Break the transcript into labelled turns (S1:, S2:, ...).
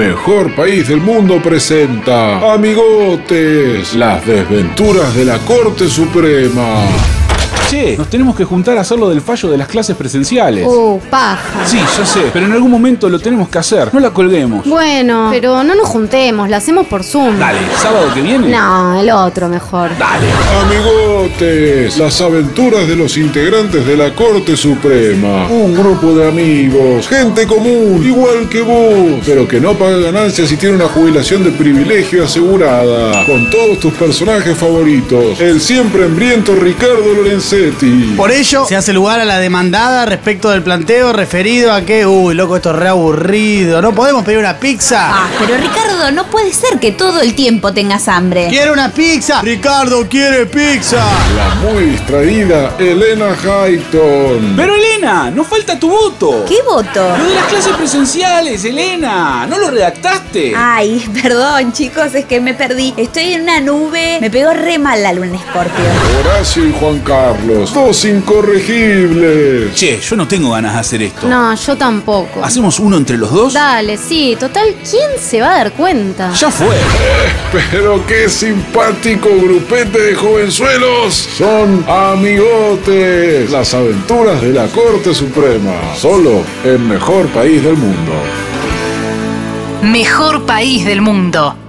S1: Mejor País del Mundo presenta Amigotes, las desventuras de la Corte Suprema.
S2: Che, nos tenemos que juntar a hacerlo del fallo de las clases presenciales.
S3: Oh, paja.
S2: Sí, ya sé, pero en algún momento lo tenemos que hacer. No la colguemos.
S3: Bueno, pero no nos juntemos, la hacemos por Zoom.
S2: Dale, sábado que viene.
S3: No, el otro mejor.
S2: Dale.
S1: Amigotes, las aventuras de los integrantes de la Corte Suprema. Un grupo de amigos, gente común, igual que vos, pero que no paga ganancias y tiene una jubilación de privilegio asegurada. Con todos tus personajes favoritos, el siempre hambriento Ricardo Lorenzetti.
S4: Por ello, se hace lugar a la demandada respecto del planteo referido a que, uy, loco, esto es re aburrido, no podemos pedir una pizza.
S5: Ah, pero Ricardo, no puede ser que todo el tiempo tengas hambre.
S4: ¡Quiero una pizza! ¡Ricardo quiere pizza!
S1: La muy distraída Elena Hayton.
S2: Pero Elena, nos falta tu voto.
S5: ¿Qué voto?
S2: Lo de las clases presenciales, Elena. ¿No lo redactaste?
S3: Ah.
S5: Ay, perdón, chicos, es que me perdí. Estoy en una nube. Me pegó re mal la luna Escorpio.
S1: Horacio y Juan Carlos, dos incorregibles.
S2: Che, yo no tengo ganas de hacer esto.
S3: No, yo tampoco.
S2: ¿Hacemos uno entre los dos?
S3: Dale, sí, total, ¿quién se va a dar cuenta?
S2: Ya fue.
S1: Pero qué simpático grupete de jovenzuelos. Son amigotes. Las aventuras de la Corte Suprema. Solo el mejor país del mundo.
S6: Mejor país del mundo.